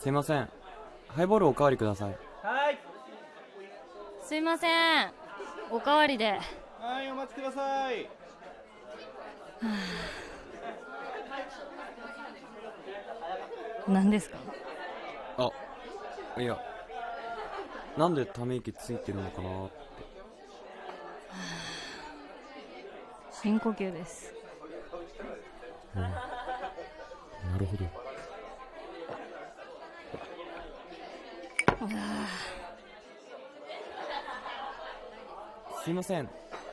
すいませんハイボールおかわりくださいはいすいませんおかわりではいお待ちください何ですかあいやなんでため息ついてるのかなって深呼吸ですなるほどすいません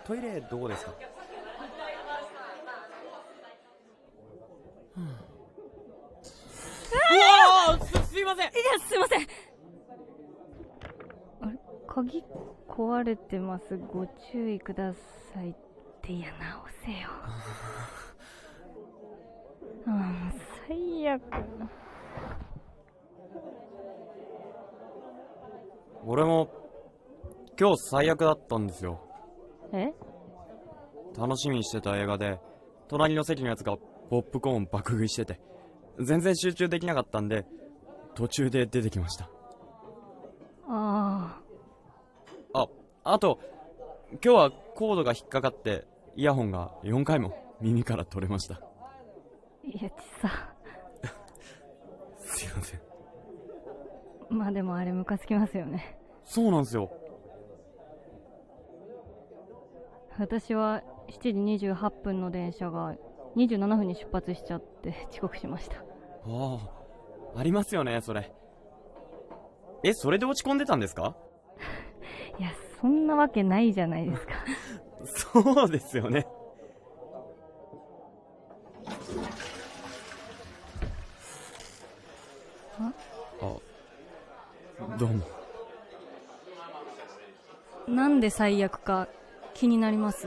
トイレどこですかうわーすすいませんいやすいませんあれ鍵壊れてますご注意くださいっていや直せ よあーもう最悪俺も今日最悪だったんですよえ楽しみにしてた映画で隣の席のやつがポップコーン爆食いしてて全然集中できなかったんで途中で出てきましたあああと今日はコードが引っかかってイヤホンが4回も耳から取れましたあいやちさすいませんまあでもあれムカつきますよねそうなんですよ私は7時28分の電車が27分に出発しちゃって遅刻しましたああありますよねそれえそれで落ち込んでたんですかいやそんなわけないじゃないですかそうですよねああどうも なんで最悪か気になります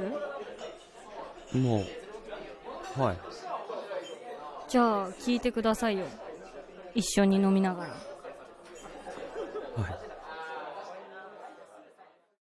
もうはいじゃあ聞いてくださいよ一緒に飲みながらはい